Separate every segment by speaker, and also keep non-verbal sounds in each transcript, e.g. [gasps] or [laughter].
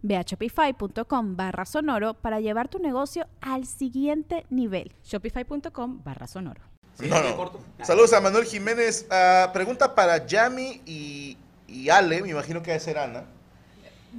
Speaker 1: Ve a shopify.com barra sonoro para llevar tu negocio al siguiente nivel.
Speaker 2: Shopify.com barra sonoro.
Speaker 3: Sí, no, no. Saludos a Manuel Jiménez. Ah, pregunta para Yami y, y Ale, me imagino que debe ser Ana.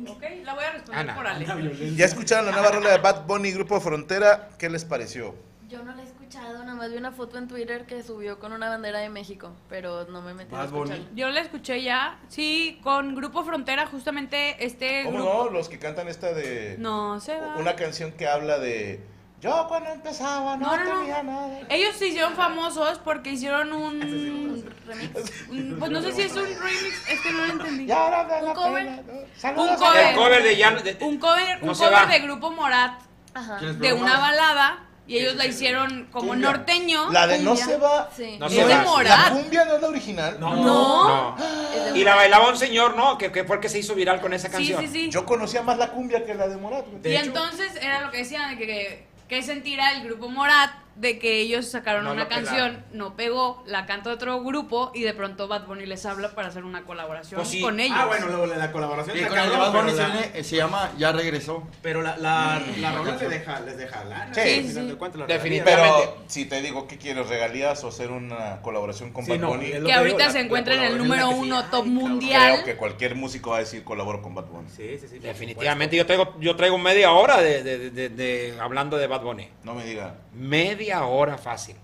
Speaker 4: Ok, la voy a responder por Ale.
Speaker 3: ¿Ya escucharon la nueva rola de Bad Bunny Grupo Frontera? ¿Qué les pareció?
Speaker 5: Yo no la he escuchado, nada más vi una foto en Twitter que subió con una bandera de México, pero no me metí a
Speaker 6: Bad Bunny.
Speaker 5: escucharla.
Speaker 4: Yo la escuché ya, sí, con Grupo Frontera, justamente este
Speaker 3: ¿Cómo
Speaker 4: grupo.
Speaker 3: no? Los que cantan esta de...
Speaker 4: No, se va.
Speaker 3: Una canción que habla de... Yo cuando empezaba no,
Speaker 4: No, no, no.
Speaker 3: tenía nada.
Speaker 4: Ellos se hicieron famosos porque hicieron
Speaker 3: Ah,
Speaker 4: un.
Speaker 5: Remix.
Speaker 4: un- Pues no sé si es un remix, es que no lo entendí.
Speaker 3: Y ahora me da
Speaker 5: ¿Un
Speaker 3: la
Speaker 5: cover?
Speaker 3: pena, ¿no? Saludos
Speaker 4: Un cover.
Speaker 3: a-
Speaker 6: El cover de Jan. de-
Speaker 4: Un cover,
Speaker 6: No
Speaker 4: un
Speaker 6: se
Speaker 4: cover
Speaker 6: va.
Speaker 4: de Grupo Morat,
Speaker 5: Ajá.
Speaker 6: ¿Quién es
Speaker 4: de
Speaker 6: Bruno?
Speaker 4: una balada, y ellos la hicieron como
Speaker 6: Cumbia.
Speaker 4: norteño.
Speaker 3: La de No
Speaker 5: Cumbia.
Speaker 3: se va.
Speaker 5: Sí.
Speaker 6: No
Speaker 4: Es
Speaker 6: se
Speaker 4: de
Speaker 6: va.
Speaker 3: La
Speaker 4: Morat.
Speaker 3: cumbia no es la original.
Speaker 4: Uh, No.
Speaker 5: Es de
Speaker 6: Y la bailaba un señor, ¿no? Que, que fue el que se hizo viral con esa
Speaker 4: Sí,
Speaker 6: canción.
Speaker 4: sí, sí.
Speaker 3: Yo conocía más la cumbia que la de Morat. güey.
Speaker 6: De
Speaker 4: y
Speaker 6: hecho-
Speaker 4: entonces era lo que decían, que, que, que sentirá el grupo Morat de que ellos sacaron
Speaker 6: No
Speaker 4: una
Speaker 6: lo
Speaker 4: canción,
Speaker 6: pelaron.
Speaker 4: no pegó, la canta otro grupo y de pronto Bad Bunny les habla para hacer una colaboración
Speaker 6: Pues sí.
Speaker 4: con ellos.
Speaker 7: Ah, bueno, lo- la, la colaboración
Speaker 8: Bien,
Speaker 7: está
Speaker 8: con el de
Speaker 7: cabrón,
Speaker 8: Bad Bunny
Speaker 7: pero
Speaker 8: se,
Speaker 7: la-
Speaker 8: viene, eh, se llama Ya regresó.
Speaker 7: Pero la, la, la rola
Speaker 8: canción.
Speaker 7: les deja, les deja lana.
Speaker 3: Sí.
Speaker 7: al
Speaker 3: Sí,
Speaker 7: final
Speaker 4: sí.
Speaker 7: de cuentas, la
Speaker 6: Definitivamente.
Speaker 7: realidad.
Speaker 3: Pero si te digo que quieres regalías o hacer una colaboración con
Speaker 7: Sí,
Speaker 3: Bad
Speaker 7: no,
Speaker 3: Bunny,
Speaker 7: es lo
Speaker 4: que
Speaker 7: digo,
Speaker 4: ahorita
Speaker 7: la-
Speaker 4: se
Speaker 7: la
Speaker 4: encuentra en el
Speaker 7: colaboración
Speaker 4: número
Speaker 7: es la que sí,
Speaker 4: uno
Speaker 7: ay,
Speaker 4: top
Speaker 7: cabrón.
Speaker 4: mundial.
Speaker 3: creo que cualquier músico va a decir colaboro con Bad Bunny.
Speaker 7: Sí, sí, sí. por
Speaker 6: Definitivamente yo traigo, yo traigo media hora de, de- de- de- hablando de Bad Bunny.
Speaker 3: No me diga.
Speaker 6: Media hora fácil.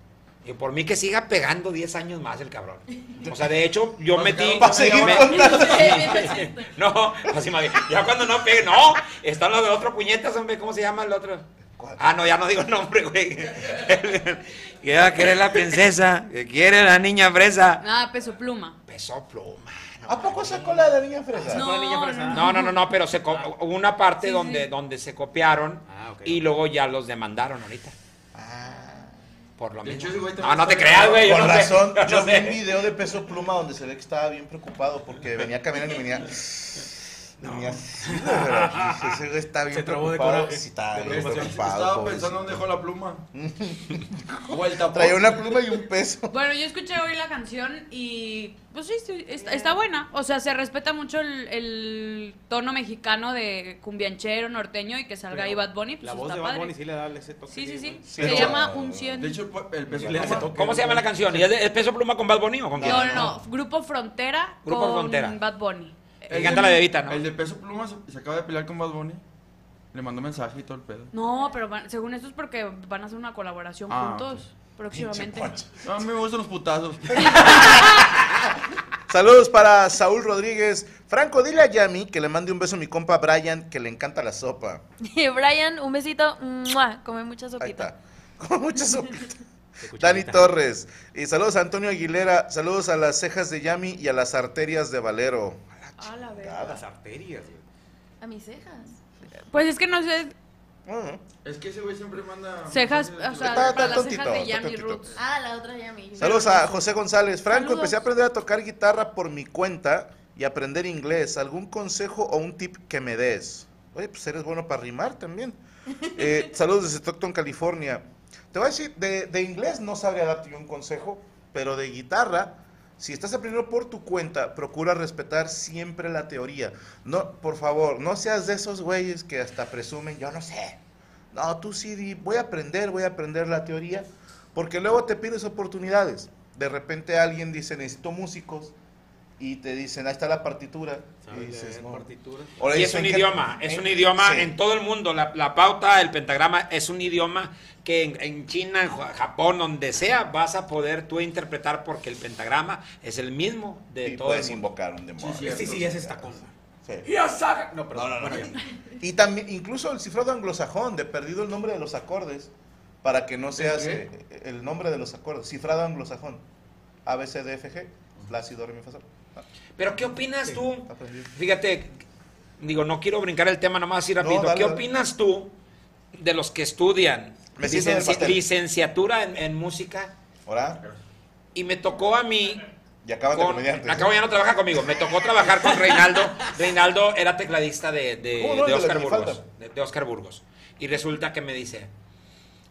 Speaker 6: Y por mí que siga pegando 10 años más el cabrón. O sea, de hecho, yo
Speaker 8: [laughs] Para
Speaker 6: metí.
Speaker 8: sacar-
Speaker 3: Va a seguir
Speaker 6: me- [laughs]
Speaker 3: contando.
Speaker 6: No, así más bien. Ya cuando no pegue, no. Están los de otro puñetas, hombre. ¿Cómo se llama el otro?
Speaker 3: ¿Cuál?
Speaker 6: Ah, no, ya no digo nombre, güey. [laughs] que va a querer la princesa, que quiere la niña fresa.
Speaker 4: Nada, peso pluma.
Speaker 6: Pesó pluma. no.
Speaker 3: ¿A poco sacó la de la niña fresa?
Speaker 4: No,
Speaker 7: la niña fresa.
Speaker 4: no,
Speaker 6: No, no, no, no, pero se co- hubo una parte
Speaker 4: Sí,
Speaker 6: donde,
Speaker 4: sí.
Speaker 6: donde se copiaron
Speaker 7: Ah, ok.
Speaker 6: y luego ya los demandaron ahorita. Por lo
Speaker 8: De
Speaker 6: menos.
Speaker 8: hecho, ese güey
Speaker 6: No,
Speaker 8: también
Speaker 6: no te
Speaker 8: está-
Speaker 6: creas, güey. yo
Speaker 3: Ah. Con
Speaker 6: no sé,
Speaker 3: razón,
Speaker 6: yo no
Speaker 3: yo vi
Speaker 6: sé.
Speaker 3: un video de peso pluma donde se ve que estaba bien preocupado porque venía caminando y venía. Venía así, de verdad. Ese güey está bien
Speaker 7: Se trabó de
Speaker 3: preocupado.
Speaker 7: coraje,
Speaker 3: Sí, está
Speaker 7: de
Speaker 3: bien
Speaker 7: preocupación.
Speaker 3: preocupado.
Speaker 8: Estaba
Speaker 3: pobrecito.
Speaker 8: pensando dónde dejó la pluma. [laughs] o el tapón.
Speaker 3: Traía una pluma y un
Speaker 4: [laughs]
Speaker 3: peso.
Speaker 4: Bueno, yo escuché hoy la canción y pues sí, sí, está, está buena. O sea, se respeta mucho el, el tono mexicano de cumbianchero, norteño y que salga ahí Bad Bunny. Pues
Speaker 7: La
Speaker 4: está
Speaker 7: voz de Bad
Speaker 4: padre.
Speaker 7: Bunny sí le da ese toque.
Speaker 4: Sí, sí, sí.
Speaker 7: güey.
Speaker 3: Sí,
Speaker 4: se
Speaker 3: no.
Speaker 4: llama Unción.
Speaker 8: De hecho, el peso
Speaker 7: Le hace
Speaker 8: pluma-
Speaker 7: toque.
Speaker 6: ¿Cómo se llama la canción? ¿Y es, de- es Peso Pluma con Bad Bunny o con quién?
Speaker 4: No, no, no. Grupo Frontera Eh,
Speaker 6: Grupo
Speaker 4: con
Speaker 6: Frontera.
Speaker 4: Bad Bunny.
Speaker 6: Me encanta la bebita, ¿no?
Speaker 8: El de peso pluma se, se acaba de pelear con Bad Bunny. Le mandó mensaje y todo el pedo.
Speaker 4: No, pero van- según esto es porque van a hacer una colaboración
Speaker 8: Ah,
Speaker 4: juntos próximamente.
Speaker 8: No, a mí me gustan los [laughs] putazos.
Speaker 3: Saludos para Saúl Rodríguez. Franco, dile a Yami que le mande un beso a mi compa Brian, que le encanta la sopa.
Speaker 5: Y Brian, un besito. ¡Mua! Come mucha
Speaker 3: Ahí
Speaker 5: sopita.
Speaker 3: está. [laughs] Con mucha sopita.
Speaker 7: cucharita.
Speaker 3: Dani Torres. Y saludos a Antonio Aguilera. Saludos a las cejas de Yami y a las arterias de Valero.
Speaker 4: A la verga.
Speaker 7: Ah, Las arterias, güey.
Speaker 5: A mis cejas.
Speaker 4: Pues es que no sé,
Speaker 3: Mm.
Speaker 8: Es que ese güey siempre manda.
Speaker 4: cejas,
Speaker 8: mensajes
Speaker 4: o
Speaker 8: de-
Speaker 4: sea,
Speaker 3: Está- está
Speaker 4: para las cejas
Speaker 3: tontito,
Speaker 4: de
Speaker 3: está
Speaker 4: Yami
Speaker 3: tontito.
Speaker 4: Roots.
Speaker 5: Ah, la otra ya mi.
Speaker 3: Saludos a José González. Franco,
Speaker 4: Saludos.
Speaker 3: empecé a aprender a tocar guitarra por mi cuenta y aprender inglés. ¿Algún consejo o un tip que me des? Oye, pues eres bueno para rimar también. Eh, saludos desde Stockton, California. Te voy a decir, de, de inglés no sabría darte yo un consejo, pero de guitarra, si estás aprendiendo por tu cuenta, procura respetar siempre la teoría. No, por favor, no seas de esos güeyes que hasta presumen, yo no sé. No, tú sí, di, voy a aprender, voy a aprender la teoría, porque luego te pides oportunidades. De repente alguien dice, necesito músicos, y te dicen, ahí está la partitura. Y
Speaker 7: ¿Sabes
Speaker 3: dices,
Speaker 7: leer
Speaker 3: no.
Speaker 7: partituras?
Speaker 3: Ahora
Speaker 9: Y es
Speaker 3: dicen
Speaker 9: un
Speaker 3: que-
Speaker 9: idioma, es
Speaker 3: en-
Speaker 9: un idioma
Speaker 3: sí.
Speaker 9: en todo el mundo. La, la pauta, el pentagrama, es un idioma que en, en China, en Ja- Japón, donde sea, vas a poder tú interpretar porque el pentagrama es el mismo de
Speaker 3: Y
Speaker 9: todo el
Speaker 3: puedes
Speaker 9: mundo.
Speaker 3: invocar un demonio.
Speaker 8: Sí,
Speaker 7: Este sí es esta cosa.
Speaker 3: Sí.
Speaker 7: ¡Ya saca! No, perdón.
Speaker 3: No, no, no.
Speaker 7: bueno, ya.
Speaker 3: Y también, incluso el cifrado anglosajón, de perdido el nombre de los acordes, para que no seas
Speaker 8: qué?
Speaker 3: eh, el nombre de los acordes. Cifrado anglosajón. A, B, C, D, F, G. La, si, do, re, mi, fa, sol. Ah,
Speaker 9: Pero ¿qué opinas tú?
Speaker 3: aprendí.
Speaker 9: Fíjate, digo, no quiero brincar el tema, nomás así rápido.
Speaker 3: dale,
Speaker 9: ¿Qué
Speaker 3: dale.
Speaker 9: opinas tú de los que estudian
Speaker 3: Me siento en el
Speaker 9: licenci-
Speaker 3: pastel.
Speaker 9: licenciatura en, en música?
Speaker 3: Ahora,
Speaker 9: Y me tocó a mí
Speaker 3: y acaban de
Speaker 9: con-
Speaker 3: comediantes.
Speaker 9: acabo ya no trabaja conmigo. Me tocó trabajar con
Speaker 3: [laughs]
Speaker 9: Reinaldo. Reinaldo era tecladista de, de,
Speaker 3: ¿Cómo no?
Speaker 9: de
Speaker 3: El de la
Speaker 9: Oscar Burgos.
Speaker 3: minifalda.
Speaker 9: De, de Oscar Burgos. Y resulta que me dice.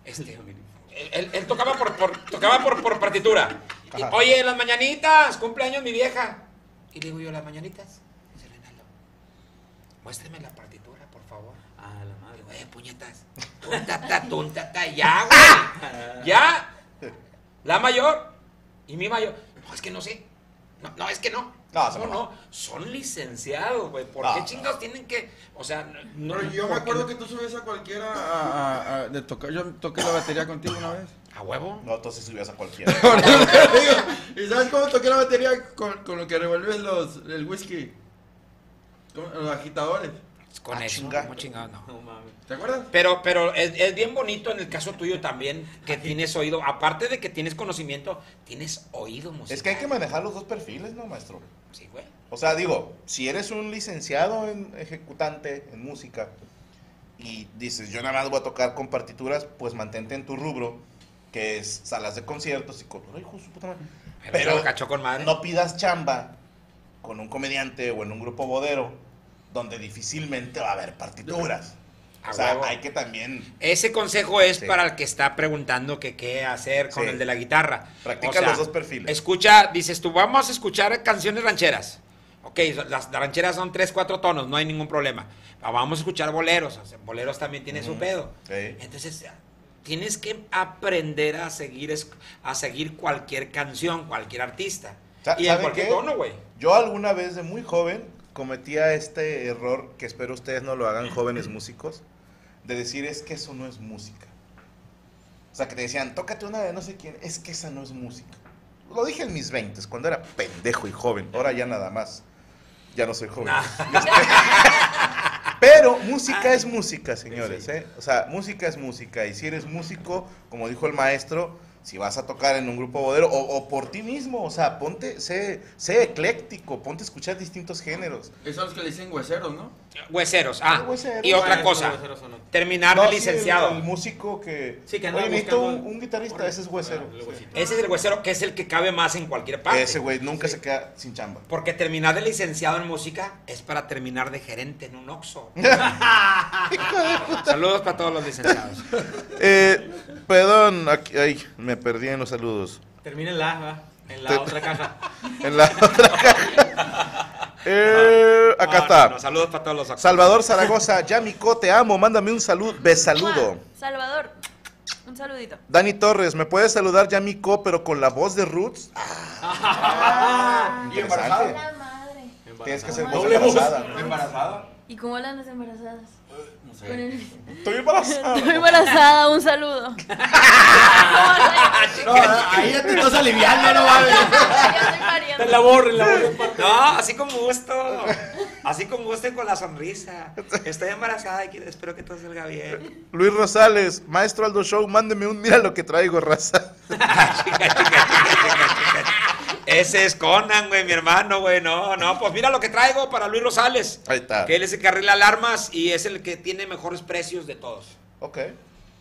Speaker 9: Este, él, él- él tocaba por, por- tocaba por, por partitura. Y,
Speaker 3: Ajá.
Speaker 9: Oye, las mañanitas, cumpleaños mi vieja. Y le digo yo, las mañanitas. Dice Reinaldo, muéstrame la partitura, por favor.
Speaker 7: Ah, la madre.
Speaker 9: Digo, eh, puñetas. Tuntata, tuntata, ya,
Speaker 3: [laughs]
Speaker 9: güey. Ya. La mayor y mi mayor. No, es que no sé. No, no, es que no.
Speaker 3: No, se
Speaker 9: no,
Speaker 3: mamó.
Speaker 9: no. Son licenciados, güey. ¿Por
Speaker 3: No,
Speaker 9: qué
Speaker 3: no.
Speaker 9: chingados tienen que.? O sea, no.
Speaker 8: Pero yo me acuerdo que tú subes a cualquiera a, a- a- de tocar. Yo toqué la batería contigo una vez.
Speaker 9: ¿A huevo?
Speaker 3: No, entonces subías a
Speaker 9: [laughs]
Speaker 3: cualquiera.
Speaker 8: [laughs] ¿Y sabes cómo toqué la batería con, con lo que revuelves los, el whisky? Con los agitadores.
Speaker 9: Con
Speaker 3: Ah,
Speaker 9: eso.
Speaker 3: chinga.
Speaker 9: ¿cómo chingados, no.
Speaker 7: No mames.
Speaker 8: ¿Te acuerdas?
Speaker 9: Pero, pero es, es bien bonito en el caso tuyo también que tienes oído. Aparte de que tienes conocimiento, tienes oído musical.
Speaker 3: es que hay que manejar los dos perfiles, ¿no, maestro?
Speaker 9: Sí, güey.
Speaker 3: O sea, digo, si eres un licenciado en ejecutante en música y dices, yo nada más voy a tocar con partituras, pues mantente en tu rubro, que es salas de conciertos y con... ¡Ay, hijo de su puta madre!
Speaker 9: Pero,
Speaker 3: Pero
Speaker 9: se lo cachó con madre.
Speaker 3: No pidas chamba con un comediante o en un grupo bodero donde difícilmente va a haber partituras.
Speaker 9: A
Speaker 3: O sea,
Speaker 9: huevo.
Speaker 3: hay que también...
Speaker 9: Ese consejo es
Speaker 3: Sí.
Speaker 9: para el que está preguntando que qué hacer con
Speaker 3: Sí.
Speaker 9: el de la guitarra.
Speaker 3: Practica los dos perfiles.
Speaker 9: Escucha, dices tú, vamos a escuchar canciones rancheras. Ok, las rancheras son tres, cuatro tonos, no hay ningún problema. Ah, Vamos a escuchar boleros, o sea, boleros también tiene su
Speaker 3: Ujú.
Speaker 9: pedo.
Speaker 3: Sí.
Speaker 9: Entonces, ah, tienes que aprender a seguir, es- a seguir cualquier canción, cualquier artista.
Speaker 3: Sa-
Speaker 9: Y en
Speaker 3: ¿saben
Speaker 9: cualquier
Speaker 3: qué?
Speaker 9: tono, güey.
Speaker 3: Yo alguna vez de muy joven cometía este error que espero ustedes no lo hagan jóvenes músicos, de decir es que eso no es música. O sea, que te decían, tócate una de no sé quién, es que esa no es música. Lo dije en mis 20, cuando era pendejo y joven, ahora ya nada más. Ya no soy joven. Pero
Speaker 7: Ah.
Speaker 3: música es música, señores. ¿eh? O sea, música es música. Y si eres músico, como dijo el maestro, si vas a tocar en un grupo bodero o, o por ti mismo, o sea, ponte, sé, sé ecléctico, ponte a escuchar distintos géneros.
Speaker 8: Esos son los que le dicen hueseros, ¿no?
Speaker 9: Hueseros, ah.
Speaker 3: Hueseros.
Speaker 9: Y otra
Speaker 7: Maestro,
Speaker 9: cosa,
Speaker 7: grosero sonó.
Speaker 9: terminar
Speaker 3: No,
Speaker 9: de
Speaker 3: sí,
Speaker 9: licenciado.
Speaker 3: el, el músico que.
Speaker 7: Ah, Sí, que
Speaker 3: Oye,
Speaker 7: andaba
Speaker 3: necesito
Speaker 7: buscando-
Speaker 3: un, un guitarrista,
Speaker 7: Órale.
Speaker 3: ese es huesero.
Speaker 7: Ah, el huesito.
Speaker 9: Ese es el huesero que es el que cabe más en cualquier parte.
Speaker 3: Ese güey nunca se queda sin chamba.
Speaker 9: Porque terminar de licenciado en música es para terminar de gerente en
Speaker 3: [laughs]
Speaker 9: un Oxxo. Saludos para todos los licenciados.
Speaker 3: Eh, perdón, aquí- ay, me perdí en los saludos.
Speaker 7: Termina en la, ¿va? en
Speaker 3: Te-
Speaker 7: la otra caja.
Speaker 3: En la otra caja.
Speaker 7: Ah,
Speaker 3: Eh, [laughs] acá
Speaker 9: No,
Speaker 3: está.
Speaker 9: no, no, saludos para todos los Oxxo.
Speaker 3: Salvador Zaragoza, Yamiko, te amo, mándame un saludo, besaludo.
Speaker 5: Salvador, un saludito.
Speaker 3: Dani Torres, ¿me puedes saludar Yamiko, pero con la voz de Roots? Ah, [laughs]
Speaker 8: y embarazado.
Speaker 3: Interesante.
Speaker 5: madre.
Speaker 3: Tienes que ser voz
Speaker 5: Doble voz.
Speaker 3: embarazada. ¿no?
Speaker 8: ¿Embarazado?
Speaker 5: ¿Y cómo hablan las embarazadas?
Speaker 8: No
Speaker 5: Con
Speaker 8: sé.
Speaker 5: el-
Speaker 3: Estoy embarazada.
Speaker 5: [laughs] Estoy embarazada, un saludo.
Speaker 7: Ah,
Speaker 9: Ah,
Speaker 8: No, ahí ya te estás aliviando, no mames.
Speaker 5: Yo soy Mariana.
Speaker 7: En la borra, en la borra.
Speaker 9: [laughs] No, así con gusto. Así con gusto y con la sonrisa. Estoy embarazada y quiero- espero que todo salga bien.
Speaker 3: Luis Rosales, Maestro Aldo Show, mándeme un mira lo que traigo, raza.
Speaker 9: Ese es Conan, güey, mi hermano, güey. No, no, pues mira lo que traigo para Luis Rosales.
Speaker 3: Ahí está.
Speaker 9: Que él es el que arregla alarmas y es el que tiene mejores precios de todos.
Speaker 3: Ok.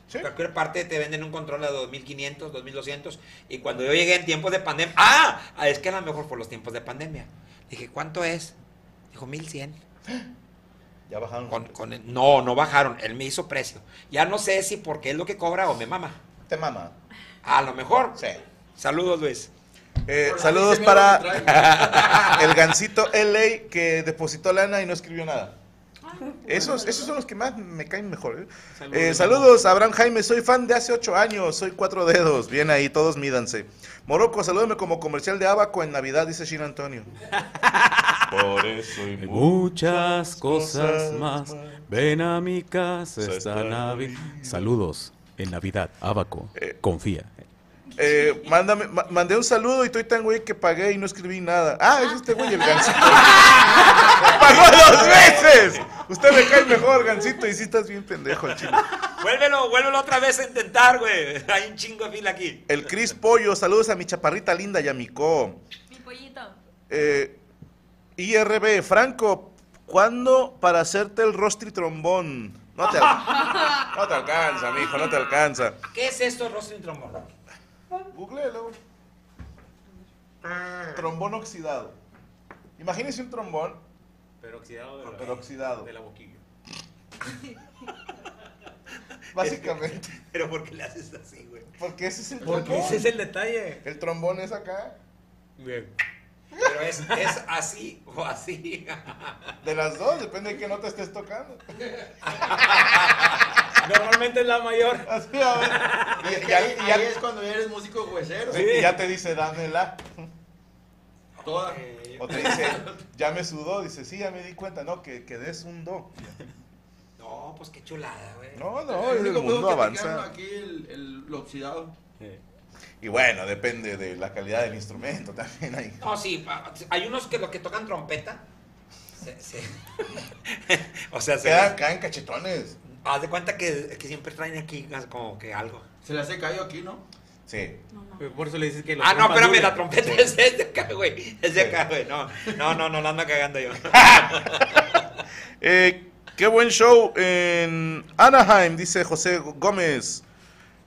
Speaker 3: Sí.
Speaker 9: En cualquier parte te venden un control a 2500, 2200. Y cuando yo llegué en tiempos de pandemia. ¡Ah! Ah, Es que a lo mejor por los tiempos de pandemia. Dije, ¿cuánto es? Dijo, 1100.
Speaker 3: Ya bajaron.
Speaker 9: Con, con el- no, no bajaron. Él me hizo precio. Ya no sé si porque es lo que cobra o me mama.
Speaker 3: Te mama.
Speaker 9: A lo mejor.
Speaker 3: Sí.
Speaker 9: Saludos, Luis.
Speaker 3: Eh, saludos
Speaker 8: [laughs]
Speaker 3: para el Gancito LA que depositó lana y no escribió nada.
Speaker 4: Ah,
Speaker 3: Esos, esos son los que más me caen mejor. ¿eh?
Speaker 7: Saludos.
Speaker 3: Eh, saludos, Abraham Jaime. Soy fan de hace ocho años. Soy cuatro dedos. Bien ahí, todos mídanse. Morocco, salúdame como comercial de Abaco en Navidad, dice Shin Antonio. [laughs] Por eso y
Speaker 10: Hay muchas cosas más. Ven a mi casa esta Navidad. Saludos en Navidad, Abaco. Confía.
Speaker 3: Eh, mándame, ma- mandé un saludo y estoy tan güey que pagué y no escribí nada. Ah, es este güey el [laughs] gancito. ¡Pagó dos veces! Usted me cae mejor, gancito, y sí estás bien pendejo, el chile.
Speaker 9: Vuélvelo, vuélvelo otra vez a intentar, güey. [laughs] Hay un chingo de fila aquí.
Speaker 3: El Cris Pollo, saludos a mi chaparrita linda y a mi co.
Speaker 5: Mi pollito.
Speaker 3: Eh, IRB, Franco, ¿cuándo para hacerte el rostri trombón? No te, al- no te alcanza, mijo, no te alcanza.
Speaker 9: ¿Qué es esto, Rostro y Trombón?
Speaker 3: Googleelo. Trombón oxidado. Imagínese un trombón,
Speaker 7: Pero oxidado de la,
Speaker 3: pero oxidado.
Speaker 7: de la boquilla.
Speaker 3: Básicamente.
Speaker 7: [laughs]
Speaker 9: Pero ¿por qué le haces así, güey?
Speaker 3: Porque ese es el
Speaker 7: Porque
Speaker 3: trombón.
Speaker 7: ese es el detalle.
Speaker 3: El trombón es acá.
Speaker 7: Bien.
Speaker 9: Pero es, es así o así.
Speaker 3: De las dos, depende de qué nota estés tocando. [laughs]
Speaker 7: Normalmente es la mayor.
Speaker 3: Así, a
Speaker 8: Ahí,
Speaker 3: ver. Y ya,
Speaker 8: ahí-
Speaker 3: y ya-
Speaker 8: ahí es cuando eres músico huesero.
Speaker 3: y ya te dice, dámela.
Speaker 8: Toda.
Speaker 3: O te dice, ya me sudó. Dice, sí, ya me di cuenta. No, que, que des un do.
Speaker 9: No, pues qué chulada, güey.
Speaker 3: No, no, el,
Speaker 8: único pedo
Speaker 3: mundo
Speaker 8: que te quedaron
Speaker 3: avanza.
Speaker 8: Aquí el, el, lo oxidado.
Speaker 3: Y bueno, depende de la calidad del instrumento [laughs] también. Hay.
Speaker 9: No, sí, pa- hay unos que los que tocan trompeta. se- se- [laughs] o sea, se,
Speaker 3: Quedan, caen cachetones.
Speaker 9: haz de cuenta que, que siempre traen aquí como que algo.
Speaker 8: Se le hace callo aquí, ¿no?
Speaker 3: Sí.
Speaker 7: Por eso le dices que lo
Speaker 9: Ah, no,
Speaker 7: trompa
Speaker 9: espérame,
Speaker 7: dura.
Speaker 9: la trompeta es de acá, güey. Es de acá, güey. No, no, no, no la ando cagando [laughs] yo.
Speaker 3: Eh, qué buen show en Anaheim, dice José Gómez.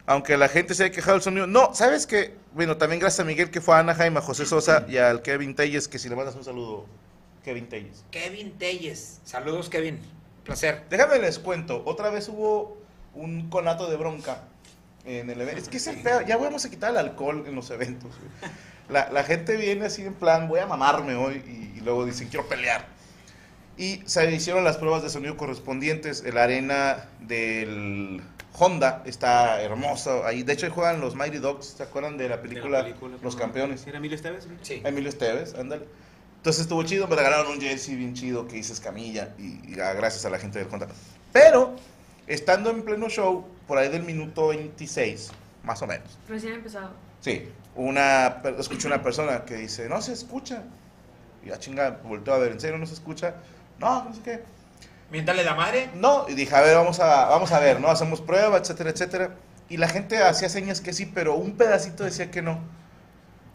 Speaker 3: Aunque la gente se haya quejado del sonido. No, ¿sabes qué? Bueno, también gracias a Miguel que fue a Anaheim, a José Sosa y al Kevin Telles, que si le mandas un saludo, Kevin Telles.
Speaker 9: Kevin Telles. Saludos, Kevin. Placer.
Speaker 3: Déjame les cuento, otra vez hubo un conato de bronca en el evento. Es que es el pedo, ya vamos a quitar el alcohol en los eventos. güey. La, la gente viene así en plan, voy a mamarme hoy y, y luego dicen, quiero pelear. Y se hicieron las pruebas de sonido correspondientes. La arena del Honda está hermosa. Ahí, de hecho, ahí juegan los Mighty Dogs. ¿Se acuerdan de la
Speaker 7: De la
Speaker 3: película, Los
Speaker 7: ¿no?
Speaker 3: Campeones?
Speaker 7: ¿Era Emilio Esteves? güey?
Speaker 9: Sí.
Speaker 3: Emilio Esteves, ándale. Entonces estuvo chido, me regalaron un jersey bien chido que hice escamilla y, y a- gracias a la gente del Honda. Pero, estando en pleno show, por ahí del minuto 26, más o menos,
Speaker 5: Recién empezado.
Speaker 3: sí, una, per- escucho una persona que dice, no se escucha. Y la chinga, volteo a ver, ¿en serio no se escucha? No, no sé qué.
Speaker 9: Miéntale la madre.
Speaker 3: No, y dije, a ver, vamos a, vamos a ver, ¿no? Hacemos prueba, etcétera, etcétera. Y la gente hacía señas que sí, pero un pedacito decía que no.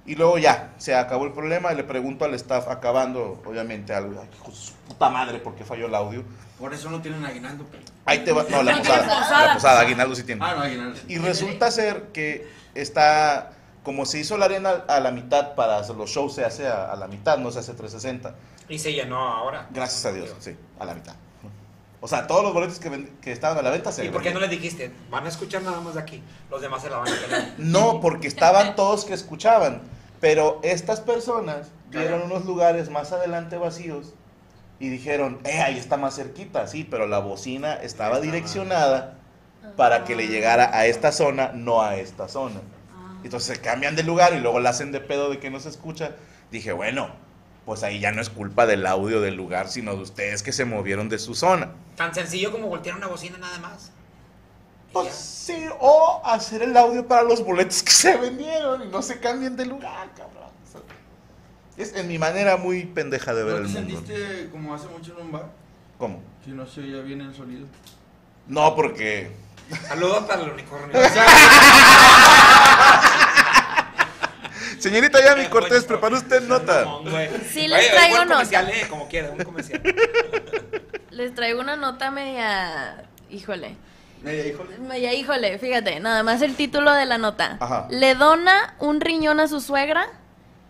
Speaker 3: Y luego ya, se acabó el problema y le pregunto al staff, acabando, obviamente, algo. Ay, hijo de su puta madre, porque falló el audio.
Speaker 8: Por eso no tienen aguinaldo. pe-
Speaker 3: Ahí te va, no, la
Speaker 5: [laughs] La
Speaker 3: posada,
Speaker 5: posada.
Speaker 3: la posada, Aguinaldo sí tiene.
Speaker 8: Ah, no, aguinaldo.
Speaker 3: Y resulta ser que está, como se hizo la arena a la mitad para hacer los shows, se hace a, a la mitad, no se hace 360.
Speaker 9: Y se llenó ahora.
Speaker 3: Gracias a Dios, sí, a la mitad. O sea, todos los boletos que, vend- que estaban a la venta se
Speaker 9: ¿Y por qué
Speaker 3: vendieron.
Speaker 9: no le dijiste? Van a escuchar nada más de aquí. Los demás se la van a pelar.
Speaker 3: No, porque estaban todos que escuchaban. Pero estas personas vieron unos lugares más adelante vacíos y dijeron, eh, ahí está más cerquita, sí, pero la bocina estaba direccionada para que le llegara a esta zona, no a esta zona. Entonces se cambian de lugar y luego la hacen de pedo de que no se escucha. Dije, bueno, pues ahí ya no es culpa del audio del lugar, sino de ustedes que se movieron de su zona.
Speaker 9: Tan sencillo como voltear una bocina nada más. Y
Speaker 3: Pues sí, o hacer el audio para los boletos que [laughs] se vendieron y no se cambien de lugar, cabrón. O sea, Es en mi manera muy pendeja de ver el
Speaker 8: ¿No te
Speaker 3: mundo.
Speaker 8: sentiste como hace mucho en un bar?
Speaker 3: ¿Cómo?
Speaker 8: Que no se oía bien el sonido.
Speaker 3: No, porque.
Speaker 9: ya. Saludos para el
Speaker 3: [laughs]
Speaker 9: unicornio. [laughs]
Speaker 3: Señorita
Speaker 9: Eh,
Speaker 3: Yami
Speaker 9: pues,
Speaker 3: Cortés, ¿preparó usted nota?
Speaker 9: Mamón, güey.
Speaker 5: Sí,
Speaker 9: Oye,
Speaker 5: les traigo
Speaker 9: buen comercial,
Speaker 5: nota.
Speaker 9: eh, como quiera, un comercial.
Speaker 5: [laughs] Les traigo una nota media. Híjole.
Speaker 8: Media, híjole.
Speaker 5: Media, híjole, fíjate, nada más el título de la nota.
Speaker 3: Ajá.
Speaker 5: Le dona un riñón a su suegra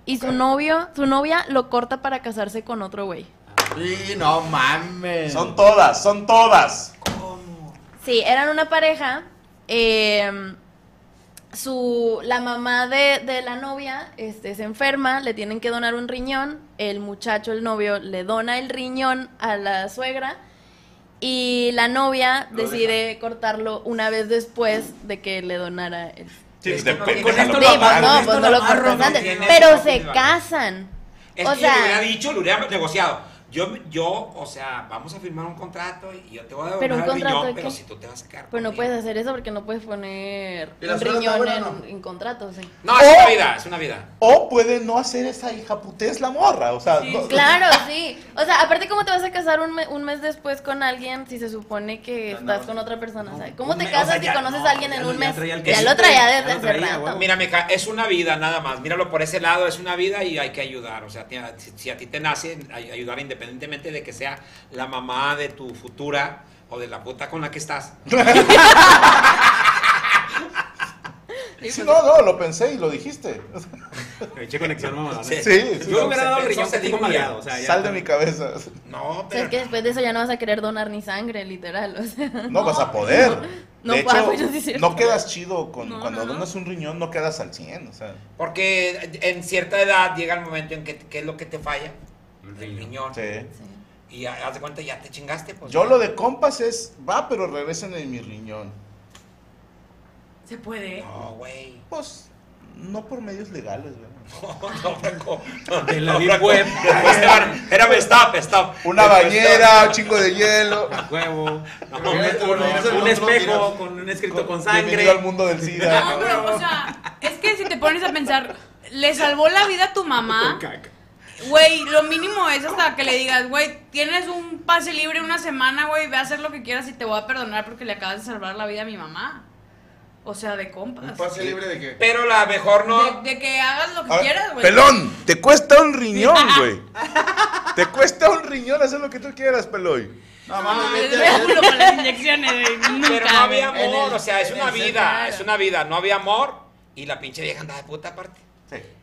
Speaker 5: y su novio, su novia lo corta para casarse con otro güey.
Speaker 8: Sí, no mames.
Speaker 3: Son todas, son todas.
Speaker 5: Sí, eran una pareja. eh, su, la mamá de, de la novia este, se enferma, le tienen que donar un riñón. El muchacho, el novio, le dona el riñón a la suegra. Y la novia
Speaker 8: Lo
Speaker 5: decide cortarlo una vez después de que le donara el...
Speaker 6: Sí, pues,
Speaker 9: Sí,
Speaker 6: depende.
Speaker 9: con esto
Speaker 5: Sí,
Speaker 9: lo
Speaker 5: pues
Speaker 9: amarro,
Speaker 5: no,
Speaker 9: esto
Speaker 5: pues no lo
Speaker 9: amarro,
Speaker 5: cortas
Speaker 9: no
Speaker 5: antes.
Speaker 9: tiene-
Speaker 5: Pero
Speaker 9: no
Speaker 5: se
Speaker 9: tiene valor.
Speaker 5: casan.
Speaker 9: Es
Speaker 5: O
Speaker 9: que le hubiera
Speaker 5: sea,
Speaker 9: dicho, lo hubiera negociado. Yo, yo, o sea, vamos a firmar un contrato y yo te voy a devolver
Speaker 5: Pero un
Speaker 9: el
Speaker 5: contrato
Speaker 9: riñón,
Speaker 5: de
Speaker 9: pero
Speaker 5: qué?
Speaker 9: si tú te vas a quedar.
Speaker 5: pues no
Speaker 9: conmigo.
Speaker 5: puedes hacer eso porque no puedes poner
Speaker 8: ¿Y la
Speaker 5: un
Speaker 8: suegra está
Speaker 5: riñón
Speaker 8: buena
Speaker 5: en,
Speaker 8: o no?
Speaker 5: en contrato, sí.
Speaker 9: No, es
Speaker 5: ¡Oh!
Speaker 9: una vida, es una vida.
Speaker 3: O puede no hacer esa hija putés la morra. O sea, no-
Speaker 5: [laughs] Claro, sí. O sea, aparte, ¿cómo te vas a casar un, me- un mes después con alguien si se supone que estás con otra persona? O sea, ¿cómo
Speaker 9: un
Speaker 5: te
Speaker 9: me- o
Speaker 5: casas
Speaker 9: sea,
Speaker 5: si
Speaker 9: ya-
Speaker 5: conoces
Speaker 9: no,
Speaker 5: a alguien
Speaker 9: ya
Speaker 5: en
Speaker 9: lo-
Speaker 5: un
Speaker 9: ya
Speaker 5: mes?
Speaker 9: traía el
Speaker 5: Ya
Speaker 9: quesito,
Speaker 5: lo traía
Speaker 7: ya
Speaker 5: desde
Speaker 7: lo
Speaker 5: hace
Speaker 7: traía,
Speaker 5: rato.
Speaker 7: huevo.
Speaker 9: Mira, Meca, es una vida nada más. Míralo por ese lado, es una vida y hay que ayudar. O sea, ti- si, si a ti te nace, ay- ayudar independientemente de que sea la mamá de tu futura o de la puta con la que estás.
Speaker 5: pues,
Speaker 3: sí, no, no, lo pensé y lo dijiste.
Speaker 7: Eché conexión, mamá.
Speaker 9: Sí.
Speaker 3: Sí, sí,
Speaker 7: Yo
Speaker 3: no,
Speaker 7: hubiera
Speaker 9: se
Speaker 7: dado el
Speaker 9: pensó,
Speaker 7: riñón
Speaker 9: se
Speaker 7: que tengo
Speaker 9: dijo,
Speaker 7: mareado. O sea, ya.
Speaker 3: sal de mi cabeza.
Speaker 9: No,
Speaker 5: O sea,
Speaker 9: pero.
Speaker 5: es que después de eso ya no vas a querer donar ni sangre, literal. O sea,
Speaker 3: No,
Speaker 5: [laughs]
Speaker 3: pues. vas a poder.
Speaker 5: No,
Speaker 3: de
Speaker 5: pa,
Speaker 3: hecho,
Speaker 5: pero sí es cierto.
Speaker 3: no quedas chido con,
Speaker 4: No,
Speaker 3: cuando
Speaker 4: no, no.
Speaker 3: donas un riñón, no quedas al 100, o sea,
Speaker 9: Porque en cierta edad llega el momento en que, ¿qué es lo que te falla?
Speaker 7: El
Speaker 9: El
Speaker 7: riñón.
Speaker 9: riñón.
Speaker 3: sí.
Speaker 9: Y ha- haz de cuenta, ya te chingaste. Pues,
Speaker 3: Yo
Speaker 9: ya.
Speaker 3: lo de compas es, va, pero regresen en mi riñón.
Speaker 4: Se puede.
Speaker 9: No, güey.
Speaker 3: Pues, no por medios legales, güey.
Speaker 9: No, Franco.
Speaker 7: De la deep web.
Speaker 9: Después te van- Espérame, stop, stop.
Speaker 3: Una bañera, un chingo de hielo.
Speaker 7: a Huevo.
Speaker 9: No,
Speaker 7: Un-
Speaker 9: no,
Speaker 7: un-
Speaker 8: no,
Speaker 7: Un
Speaker 8: no,
Speaker 7: espejo
Speaker 8: no,
Speaker 7: con un escrito con
Speaker 3: Bienvenido al
Speaker 7: sangre.
Speaker 3: mundo del
Speaker 4: No,
Speaker 3: SIDA. ¿no?
Speaker 4: pero, o sea, es que si te pones a pensar, le salvó la vida a tu mamá.
Speaker 7: Con caca.
Speaker 4: Güey, lo mínimo es hasta que le digas, güey, tienes un pase libre una semana, güey, ve a hacer lo que quieras y te voy a perdonar porque le acabas de salvar la vida a mi mamá. O sea, de
Speaker 8: ¿Un
Speaker 4: compas.
Speaker 8: pase libre de qué?
Speaker 9: Pero la mejor no.
Speaker 4: De, de que hagas lo que
Speaker 3: Ahora,
Speaker 4: quieras, güey.
Speaker 3: Ah, pelón, te cuesta un riñón, güey. Te cuesta un riñón hacer lo que tú quieras, pelón.
Speaker 8: Ah, No,
Speaker 4: No,
Speaker 8: mames,
Speaker 4: mames,
Speaker 8: vete
Speaker 4: Ah, me
Speaker 8: a-
Speaker 4: culo con las inyecciones, güey.
Speaker 9: Pero
Speaker 4: Nunca,
Speaker 9: no había
Speaker 4: güey.
Speaker 8: En
Speaker 9: amor,
Speaker 8: el-
Speaker 9: o sea, es
Speaker 8: en
Speaker 9: una
Speaker 8: el
Speaker 9: vida,
Speaker 4: centro.
Speaker 9: es una vida, no había amor y la pinche vieja andaba de puta aparte.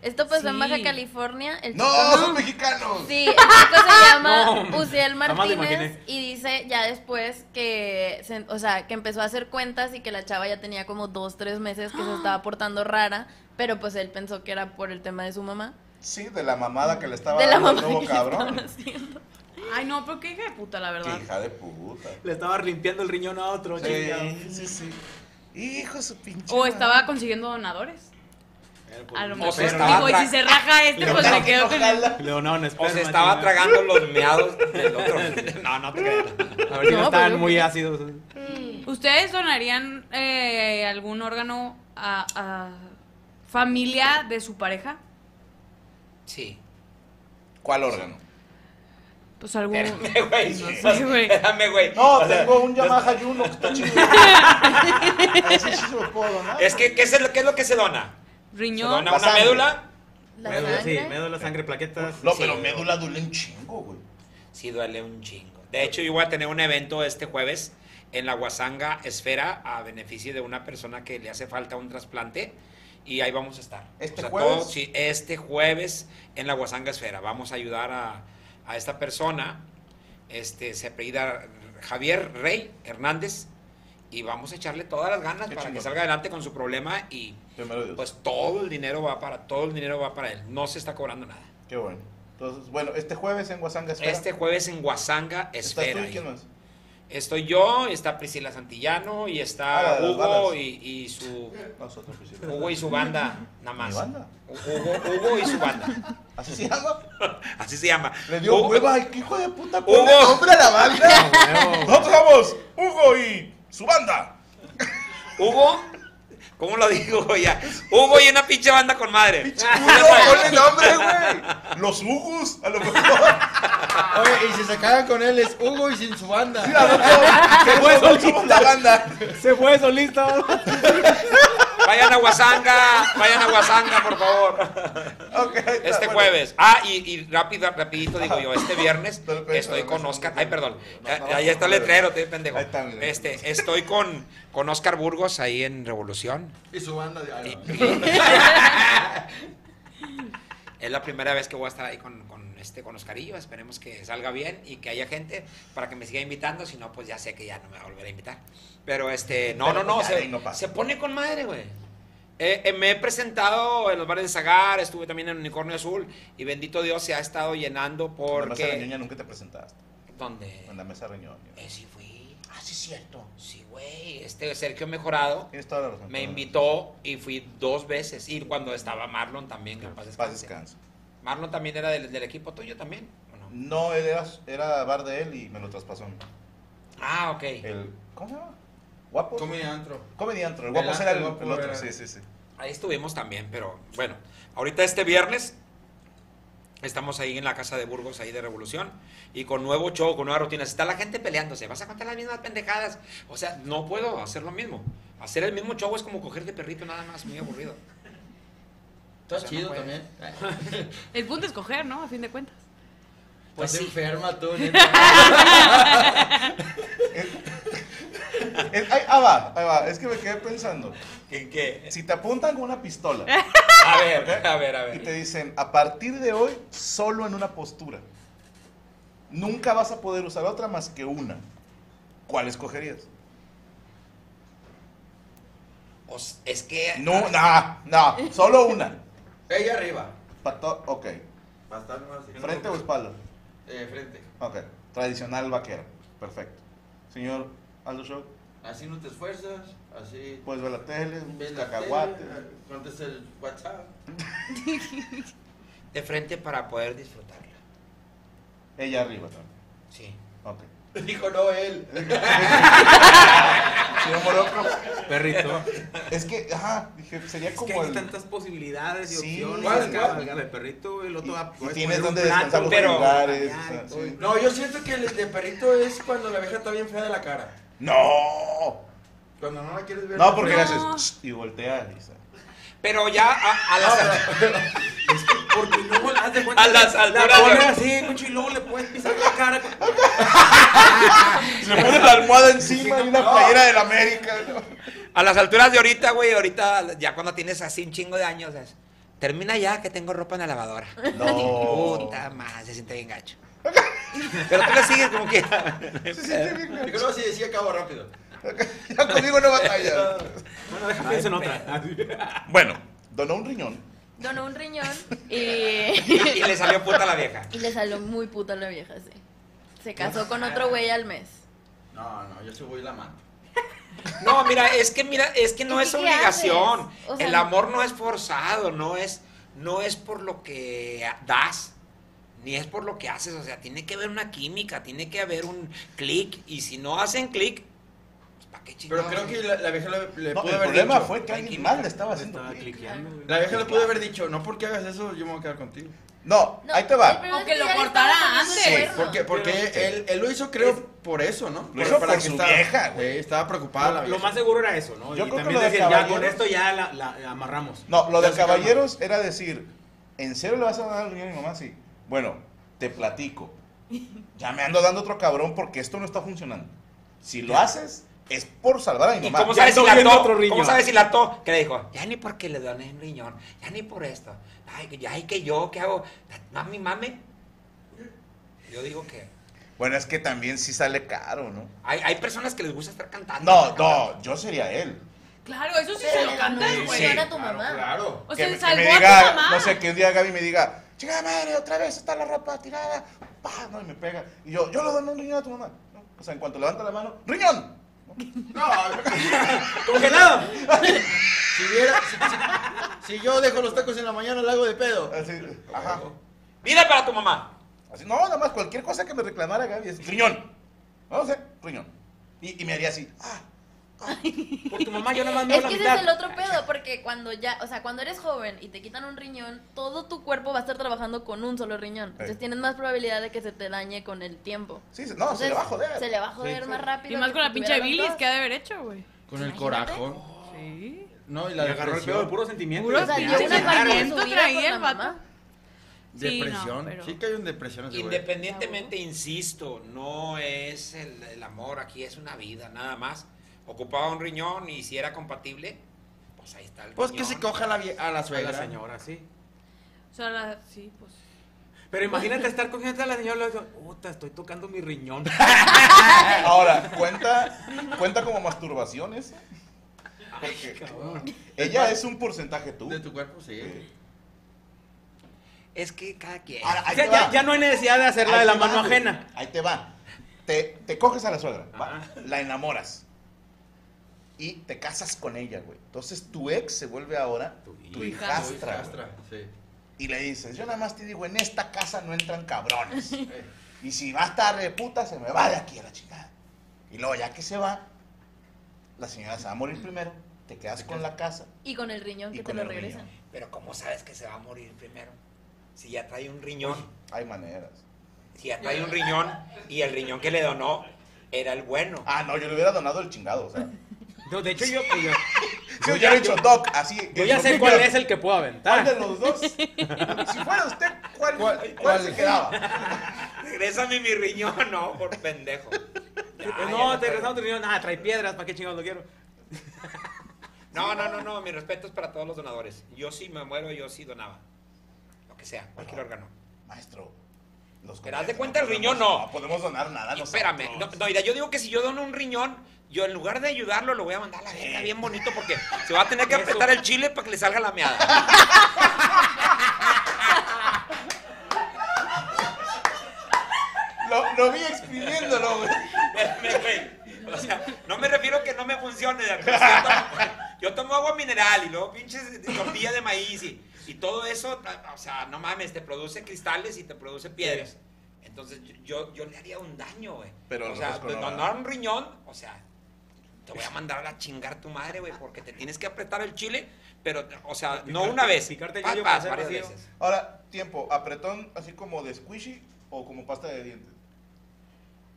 Speaker 5: Esto pasó en
Speaker 4: Sí.
Speaker 5: Baja California. El
Speaker 3: No,
Speaker 5: chico-
Speaker 3: son mexicanos.
Speaker 5: Sí, el chico se llama
Speaker 7: [laughs] No,
Speaker 5: Uziel
Speaker 7: jamás lo
Speaker 5: Martínez
Speaker 7: imaginé.
Speaker 5: y dice ya después que, se- o sea, que empezó a hacer cuentas y que la chava ya tenía como dos, tres meses que
Speaker 3: [gasps]
Speaker 5: se estaba portando rara, pero pues él pensó que era por el tema de su mamá.
Speaker 3: Sí, de la mamada que le estaba
Speaker 5: De la
Speaker 3: dando Ah, el
Speaker 5: mamá
Speaker 3: nuevo
Speaker 5: que le
Speaker 3: cabrón.
Speaker 4: Ay, no, pero qué hija de puta, la
Speaker 3: Qué
Speaker 4: verdad.
Speaker 3: hija de puta.
Speaker 7: Le estaba limpiando el riñón a otro. chingado.
Speaker 8: [laughs]
Speaker 3: Sí, sí, sí. Hijo de su pinche.
Speaker 4: O
Speaker 3: madre.
Speaker 4: estaba consiguiendo donadores. A lo
Speaker 9: O
Speaker 4: mejor.
Speaker 9: se estaba
Speaker 4: Digo, y si
Speaker 9: tra-
Speaker 4: se raja este,
Speaker 7: Pero
Speaker 4: pues me
Speaker 7: no,
Speaker 4: quedo con
Speaker 3: Ojalá.
Speaker 7: Le donaban esperma.
Speaker 9: O
Speaker 8: Pues
Speaker 9: se estaba
Speaker 7: chingada.
Speaker 9: tragando los [laughs] meados del otro. No, no te creas.
Speaker 7: A ver si
Speaker 5: No,
Speaker 7: no
Speaker 5: pues yo-
Speaker 7: estaban muy ácidos.
Speaker 4: ¿Ustedes donarían eh, algún órgano a, a familia de su pareja?
Speaker 9: Sí.
Speaker 3: ¿Cuál órgano?
Speaker 4: Pues algún.
Speaker 9: Espérame, güey.
Speaker 4: sé, güey.
Speaker 9: Espérame, güey.
Speaker 3: No,
Speaker 9: O sea,
Speaker 3: tengo un Yamaha Juno que está [laughs] chido. Ese sí se lo puedo donar.
Speaker 9: Es que, ¿qué es, lo, ¿qué es lo que se dona? ¿Se
Speaker 4: Riñón.
Speaker 9: dona
Speaker 3: La
Speaker 9: una
Speaker 3: sangre.
Speaker 9: médula?
Speaker 5: La
Speaker 7: Médula, sí,
Speaker 5: sangre.
Speaker 7: médula, sangre,
Speaker 8: [laughs]
Speaker 7: plaquetas.
Speaker 3: No,
Speaker 9: Sí.
Speaker 3: pero médula duele un chingo, güey.
Speaker 9: Sí, duele un chingo. De hecho, yo voy a tener un evento este jueves en la Guasanga Esfera a beneficio de una persona que le hace falta un trasplante y ahí vamos a estar.
Speaker 3: ¿Este
Speaker 9: todo-
Speaker 3: jueves?
Speaker 9: sí, este jueves en la Guasanga Esfera. Vamos a ayudar a, a esta persona, este, se apellida Javier Rey Hernández y vamos a echarle todas las ganas
Speaker 3: Qué
Speaker 9: para que
Speaker 3: chingón.
Speaker 9: salga adelante con su problema y
Speaker 3: Primero Dios.
Speaker 9: pues todo el dinero va para todo el dinero va para él. No se está cobrando nada.
Speaker 3: Qué bueno. Entonces, bueno, este jueves en Guasanga espera.
Speaker 9: Este jueves en Guasanga
Speaker 3: ¿Estás
Speaker 9: Esfera.
Speaker 3: tú y quién
Speaker 9: ahí.
Speaker 3: más?
Speaker 9: Estoy yo, está Priscila Santillano y
Speaker 3: Ah, la
Speaker 9: está
Speaker 3: de las
Speaker 9: Hugo
Speaker 3: balas.
Speaker 9: y, y su
Speaker 3: Nosotros, pues, sí.
Speaker 9: Hugo y su banda, nada más.
Speaker 3: ¿Mi banda?
Speaker 9: Hugo, Hugo y su banda.
Speaker 3: ¿Así se llama?
Speaker 9: Así se llama.
Speaker 3: Le dio
Speaker 9: Hugo-
Speaker 3: hueva. Ay, qué hijo de puta.
Speaker 9: Hugo.
Speaker 3: Ponle nombre a la banda.
Speaker 7: Huevo.
Speaker 3: [laughs] Nosotros somos Hugo y su banda.
Speaker 9: Hugo, ¿cómo lo digo ya? Hugo y una pinche banda con madre.
Speaker 3: Pinche Hugo, ponle [laughs] nombre, güey. Los Hugos, a lo mejor.
Speaker 8: Oye, y si se cagan con él es Hugo y sin su banda.
Speaker 3: Sí, nosotros, que
Speaker 7: fue
Speaker 3: nosotros somos la banda.
Speaker 7: Se fue solista.
Speaker 9: Vayan a Guasanga, vayan a Guasanga, por favor.
Speaker 3: Ok, está,
Speaker 9: Este
Speaker 3: bueno.
Speaker 9: jueves. Ah, y, y rápido, rapidito digo yo, este viernes
Speaker 3: Pero, pero,
Speaker 9: estoy
Speaker 3: pero,
Speaker 9: con
Speaker 3: pero,
Speaker 9: Oscar.
Speaker 3: pero,
Speaker 9: Ay, perdón.
Speaker 3: no, no,
Speaker 9: Eh, ahí
Speaker 3: no,
Speaker 9: está el
Speaker 3: no,
Speaker 9: letrero, te pendejo.
Speaker 3: Ahí está, mira.
Speaker 9: Este, estoy con, con Oscar Burgos ahí en Revolución.
Speaker 8: Y su banda de ay, no.
Speaker 9: Es la primera vez que voy a estar ahí con, con este, con Oscarillo. Esperemos que salga bien y que haya gente para que me siga invitando. Si no, pues ya sé que ya no me va a volver a invitar. Pero este, no,
Speaker 3: Pero
Speaker 9: no, no.
Speaker 3: pues ya
Speaker 9: Se,
Speaker 3: ahí no pasa.
Speaker 9: se pone con madre, güey. Eh, eh, me he presentado en los bares de Zagar, estuve también en Unicornio Azul y bendito Dios se ha estado llenando
Speaker 3: En la mesa
Speaker 9: porque...
Speaker 3: reñoña nunca te presentaste.
Speaker 9: ¿Dónde?
Speaker 3: En la mesa reñoña.
Speaker 9: Eh, sí fui. ah, sí, es cierto. Sí, güey, este Sergio Mejorado
Speaker 3: Tienes toda la razón.
Speaker 9: me invitó y fui dos veces. Y cuando estaba Marlon también, que en paz
Speaker 3: Paz
Speaker 9: descanse.
Speaker 3: descanso.
Speaker 9: Marlon también era del, del equipo tuyo también. ¿o no?
Speaker 3: No, él era, era bar de él y me lo traspasó.
Speaker 9: Ah, ok.
Speaker 3: El, ¿Cómo se llama? ¿Guapo?
Speaker 8: Comedy antro.
Speaker 3: Comedy Antro. El
Speaker 8: El
Speaker 3: guapo era el,
Speaker 8: antro, el
Speaker 3: el
Speaker 8: guapo
Speaker 3: otro,
Speaker 8: era-
Speaker 3: sí, sí, sí.
Speaker 9: Ahí estuvimos también, pero bueno, ahorita este viernes estamos ahí en la casa de Burgos, ahí de Revolución, y con nuevo show, con nuevas rutinas. Está la gente peleándose, vas a contar las mismas pendejadas. O sea, no puedo hacer lo mismo. Hacer el mismo show es como coger de perrito nada más,
Speaker 3: [laughs]
Speaker 9: muy aburrido.
Speaker 8: Está
Speaker 9: O sea, no
Speaker 8: chido
Speaker 9: puede.
Speaker 8: también.
Speaker 4: El punto es coger, ¿no? A fin de cuentas.
Speaker 9: Pues
Speaker 8: Pues
Speaker 9: sí.
Speaker 7: [laughs]
Speaker 8: enferma tú, neta.
Speaker 3: Eh, ahí, ah, va, ahí va. Es que me quedé pensando.
Speaker 9: ¿En qué?
Speaker 3: Si te apuntan con una
Speaker 9: [laughs]
Speaker 3: pistola
Speaker 9: A ver, a ver, a
Speaker 3: y
Speaker 9: ver.
Speaker 3: te dicen, a partir de hoy, solo en una postura. Nunca vas a poder usar otra más que una. ¿Cuál escogerías?
Speaker 9: Os- es que...
Speaker 3: No, no, no. Solo una.
Speaker 8: Ella arriba.
Speaker 3: Pa' to- ok.
Speaker 8: Va a estar más así.
Speaker 3: ¿Frente o espalda?
Speaker 8: Eh, frente.
Speaker 3: Ok. Tradicional vaquero. Perfecto. Señor Aldo Show,
Speaker 8: Así no te esfuerzas, así.
Speaker 3: puedes ver la tele,
Speaker 8: ves la
Speaker 3: cacahuate.
Speaker 8: tele, Contesta el WhatsApp. [laughs]
Speaker 9: De frente para poder disfrutarla.
Speaker 3: Ella arriba también.
Speaker 9: Sí.
Speaker 3: Ok.
Speaker 8: Dijo no él.
Speaker 3: Señor Morocco,
Speaker 7: Perrito.
Speaker 3: es que, ajá, dije, sería
Speaker 7: Es que
Speaker 3: como
Speaker 7: hay
Speaker 3: el...
Speaker 7: tantas posibilidades y
Speaker 3: Sí.
Speaker 7: opciones.
Speaker 8: ¿Cuál,
Speaker 7: Acá,
Speaker 8: cuál?
Speaker 7: acá, el perrito, el otro
Speaker 3: Y-
Speaker 8: ah,
Speaker 7: va
Speaker 3: y
Speaker 7: puedes
Speaker 3: tienes
Speaker 7: poner un
Speaker 3: donde descansar los
Speaker 7: plato,
Speaker 9: pero-
Speaker 3: lugares.
Speaker 7: Ay,
Speaker 3: o sea,
Speaker 7: uy,
Speaker 3: sí.
Speaker 8: No, yo siento que el de perrito es cuando la abeja está bien fea de la cara.
Speaker 3: No,
Speaker 8: Cuando no la quieres ver.
Speaker 3: no, porque
Speaker 8: la
Speaker 3: le
Speaker 8: fea.
Speaker 3: haces y voltea, Lisa.
Speaker 9: Pero ya a, a las...
Speaker 7: Porque luego haz de cuenta
Speaker 9: A las
Speaker 7: que
Speaker 9: alturas
Speaker 7: La pones
Speaker 9: de-
Speaker 7: así, cucho, y luego le puedes pisar la cara. con-
Speaker 3: Se pone la almohada encima y una
Speaker 8: No.
Speaker 3: playera del América. ¿no?
Speaker 9: A las alturas de ahorita, güey, ahorita ya cuando tienes así un chingo de años, es, termina ya que tengo ropa en la lavadora.
Speaker 3: No.
Speaker 9: Puta madre, se siente bien gacho. Pero tú le sigues como que...
Speaker 8: Yo creo que sí decía acabo rápido. Ah.
Speaker 3: Ya conmigo no batalla.
Speaker 7: Bueno, déjame pienso en otra.
Speaker 3: Bueno, donó un riñón.
Speaker 5: Donó un riñón y, [laughs]
Speaker 9: y le salió puta la vieja.
Speaker 5: y le salió muy puta la vieja, sí. Se casó con otro güey al mes.
Speaker 8: No, no, yo sí voy y la mato.
Speaker 9: No, mira, es que mira, es que no
Speaker 5: ¿Y
Speaker 9: es
Speaker 5: qué
Speaker 9: obligación.
Speaker 5: haces? O sea,
Speaker 9: El amor no es forzado, no es, no es por lo que das, ni es por lo que haces. O sea, tiene que haber una química, tiene que haber un clic. Y si no hacen clic, pues ¿para qué
Speaker 8: Pero
Speaker 9: chingados?
Speaker 8: creo que la, la vieja le, le
Speaker 3: No,
Speaker 8: pudo
Speaker 3: el
Speaker 8: haber
Speaker 3: problema
Speaker 8: dicho.
Speaker 3: fue que
Speaker 9: hay
Speaker 3: alguien
Speaker 9: química.
Speaker 3: mal le estaba haciendo.
Speaker 7: Estaba
Speaker 3: clic.
Speaker 7: cliqueando, güey.
Speaker 8: La vieja le pudo haber dicho, no porque hagas eso, yo me voy a quedar contigo.
Speaker 3: No,
Speaker 5: No,
Speaker 3: ahí te va.
Speaker 5: el problema es
Speaker 4: Aunque lo
Speaker 5: ya le
Speaker 4: cortara
Speaker 5: estaba poniendo
Speaker 4: antes.
Speaker 5: el
Speaker 3: Sí,
Speaker 5: cuerno.
Speaker 8: Porque, porque él, él lo hizo, creo, por eso, ¿no?
Speaker 3: hizo por su
Speaker 8: estaba,
Speaker 3: vieja, güey.
Speaker 8: Sí, Estaba preocupada la
Speaker 7: Lo
Speaker 8: vieja.
Speaker 7: más seguro era eso, ¿no?
Speaker 3: Yo
Speaker 7: y
Speaker 3: creo que
Speaker 7: también
Speaker 3: lo de
Speaker 7: decir, ya
Speaker 3: caballeros-
Speaker 7: con esto ya la, la- la amarramos.
Speaker 3: No, lo de
Speaker 8: Ya se calma.
Speaker 3: caballeros era decir, ¿en serio le vas a dar el riñón a mi mamá? Sí. Bueno, te platico. Ya me ando dando otro cabrón porque esto no está funcionando. Si lo haces, es por salvar a mi
Speaker 9: ¿Y
Speaker 3: mamá.
Speaker 9: cómo
Speaker 7: Ya
Speaker 9: sabes, si
Speaker 7: ando
Speaker 9: la
Speaker 7: viendo
Speaker 9: ató?
Speaker 7: otro
Speaker 9: ¿Cómo
Speaker 7: riñón.
Speaker 9: sabes si la ató? Que le dijo, ya ni porque le doné un riñón, ya ni por esto. Ay, que- ay, que yo, ¿qué hago? Mami, mame. Yo digo que
Speaker 3: Bueno, es que también sí sale caro, ¿no?
Speaker 9: hay, hay personas que les gusta estar
Speaker 7: Ah,
Speaker 9: cantando.
Speaker 3: No,
Speaker 9: estar cantando.
Speaker 3: no, yo sería él.
Speaker 4: Claro, eso sí se
Speaker 5: Pero
Speaker 4: lo
Speaker 5: no,
Speaker 4: cantas,
Speaker 5: no,
Speaker 4: güey.
Speaker 5: no era tu
Speaker 8: Claro,
Speaker 5: mamá.
Speaker 8: Claro.
Speaker 4: O sea,
Speaker 3: que, me- que
Speaker 4: salvó
Speaker 3: me
Speaker 4: a tu
Speaker 3: diga,
Speaker 4: mamá.
Speaker 3: no sé, que un día Gaby me diga, chica madre, otra vez está la ropa tirada. Pa, no, y me pega. Y yo, yo le doy un riñón a tu mamá. ¿no? O sea, en cuanto levanta la mano, ¡riñón!
Speaker 7: ¡Congelado!
Speaker 8: Si viera, si- si, si yo dejo los tacos en la mañana, la hago de pedo.
Speaker 3: Así, ajá.
Speaker 9: Vida para tu mamá.
Speaker 3: Así, no, nada más, cualquier cosa que me reclamara Gaby es riñón. No sé, riñón. Y, y me haría así, ah,
Speaker 7: Por tu mamá yo nada más me
Speaker 5: Es
Speaker 7: doy la
Speaker 5: que ese
Speaker 7: mitad.
Speaker 5: es el otro pedo, porque cuando ya, o sea, cuando eres joven y te quitan un riñón, todo tu cuerpo va a estar trabajando con un solo riñón. Entonces tienes más probabilidad de que se te dañe con el tiempo.
Speaker 3: sí, se- no, se le va a joder.
Speaker 5: Se le va a joder más rápido.
Speaker 4: Y más
Speaker 5: que
Speaker 4: con
Speaker 5: si
Speaker 4: la pinche
Speaker 5: tuvieran
Speaker 4: bilis
Speaker 5: dos.
Speaker 4: que ha de haber hecho, güey.
Speaker 8: Con el
Speaker 5: Imagínate.
Speaker 8: corajón.
Speaker 4: Sí.
Speaker 8: No, y
Speaker 7: Y
Speaker 8: la
Speaker 7: agarró el pedo de
Speaker 8: depresión.
Speaker 7: puro sentimiento.
Speaker 4: Puro
Speaker 5: O sea,
Speaker 7: Ya,
Speaker 5: yo
Speaker 7: se
Speaker 5: una parte de
Speaker 7: larga.
Speaker 5: su
Speaker 4: Claro.
Speaker 5: vida
Speaker 4: Traía
Speaker 5: con la
Speaker 4: el vato.
Speaker 5: mamá.
Speaker 4: Sí, no,
Speaker 8: Depresión.
Speaker 4: pero-
Speaker 8: Sí que hay un depresión ese güey.
Speaker 9: Independientemente, insisto, no es el, el amor, aquí es una vida, nada más. Ocupaba un riñón y si era compatible, pues ahí está el
Speaker 8: Pues que
Speaker 9: riñón.
Speaker 8: se coja a la, vie- a la
Speaker 7: A la
Speaker 8: suegra.
Speaker 7: señora, sí.
Speaker 4: O sea, la- sí, pues.
Speaker 7: Pero imagínate estar cogiendo a la señora y le digo, puta, estoy tocando mi [laughs] riñón.
Speaker 3: [laughs] Ahora, ¿cuenta, ¿cuenta como masturbación eso? Porque ella es un porcentaje tú.
Speaker 8: De tu cuerpo, sí.
Speaker 9: Es que cada quien.
Speaker 3: Ahora, ahí
Speaker 7: O sea,
Speaker 3: te
Speaker 7: ya,
Speaker 3: va.
Speaker 7: ya no hay necesidad de hacerla
Speaker 3: Ahí
Speaker 7: de la
Speaker 3: te
Speaker 7: mano
Speaker 3: va,
Speaker 7: ajena.
Speaker 3: Ahí te va. te, te coges a la suegra, ¿va? la enamoras y te casas con ella, güey. Entonces tu ex se vuelve ahora tu,
Speaker 8: Tu
Speaker 3: hijastra.
Speaker 8: hijastra,
Speaker 3: güey.
Speaker 8: sí.
Speaker 3: Y le dices, yo nada más te digo, en esta casa no entran cabrones. y si va a estar de puta, se me va de aquí a la chingada. Y luego ya que se va, la señora se va a morir primero, te quedas con la casa.
Speaker 5: Y con el riñón
Speaker 3: Y
Speaker 5: que te
Speaker 3: con
Speaker 5: lo
Speaker 3: el riñón.
Speaker 5: regresan.
Speaker 9: Pero ¿cómo sabes que se va a morir primero? Si ya trae un riñón.
Speaker 3: Hay maneras.
Speaker 9: Si ya trae un riñón y el riñón que le donó era el bueno.
Speaker 3: Ah, no, yo le hubiera donado el chingado, o sea.
Speaker 7: No, de hecho yo,
Speaker 3: [laughs]
Speaker 7: yo,
Speaker 3: Sí, yo le he dicho, Doc, así.
Speaker 7: yo ya sé cuál es el que puedo aventar.
Speaker 3: ¿Cuál
Speaker 9: Ah.
Speaker 3: de los
Speaker 9: [laughs]
Speaker 3: dos? si fuera usted, ¿cuál, cuál, se quedaba?
Speaker 9: Regrésame mi riñón, no, por pendejo.
Speaker 7: Eh,
Speaker 9: Ya,
Speaker 7: no,
Speaker 9: ya
Speaker 7: te
Speaker 9: no,
Speaker 7: regresamos tu riñón. Ah, trae piedras, ¿para qué chingados lo quiero?
Speaker 9: no, no, no, no, mi respeto es para todos los donadores. Yo sí me muero, yo sí donaba. Lo que sea, cualquier órgano.
Speaker 3: Maestro. Los
Speaker 9: Pero haz
Speaker 3: comediantes
Speaker 9: de cuenta el
Speaker 3: podemos-
Speaker 9: riñón, no.
Speaker 3: podemos donar nada.
Speaker 9: Y
Speaker 3: nosotros.
Speaker 9: espérame, no, no, mira, yo digo que si yo dono un riñón, yo en lugar de ayudarlo, lo voy a mandar a la verga bien bonito porque se va a tener que
Speaker 7: Eso.
Speaker 9: apretar el chile para que le salga la meada.
Speaker 3: Lo, lo vi exprimiéndolo, güey.
Speaker 9: Espérame, güey. O sea, no me refiero que no me funcione. de acuerdo. Yo tomo, yo tomo agua mineral y luego pinches tortilla de maíz y, y todo eso, o sea, no mames, te produce cristales y te produce piedras. Entonces yo- yo, yo le haría un daño, güey.
Speaker 3: Pero
Speaker 9: o sea,
Speaker 3: nosotros no,
Speaker 9: donar un riñón, o sea, te voy a mandar a chingar tu madre, güey, porque te tienes que apretar el chile, pero, o sea, no
Speaker 7: Picarte-
Speaker 9: una vez.
Speaker 7: picarte el
Speaker 9: pa,
Speaker 7: yoyo
Speaker 9: pa,
Speaker 7: para hacer
Speaker 9: varias
Speaker 7: vacío.
Speaker 9: veces.
Speaker 3: Ahora, tiempo, apretón así como de squishy o como pasta de dientes.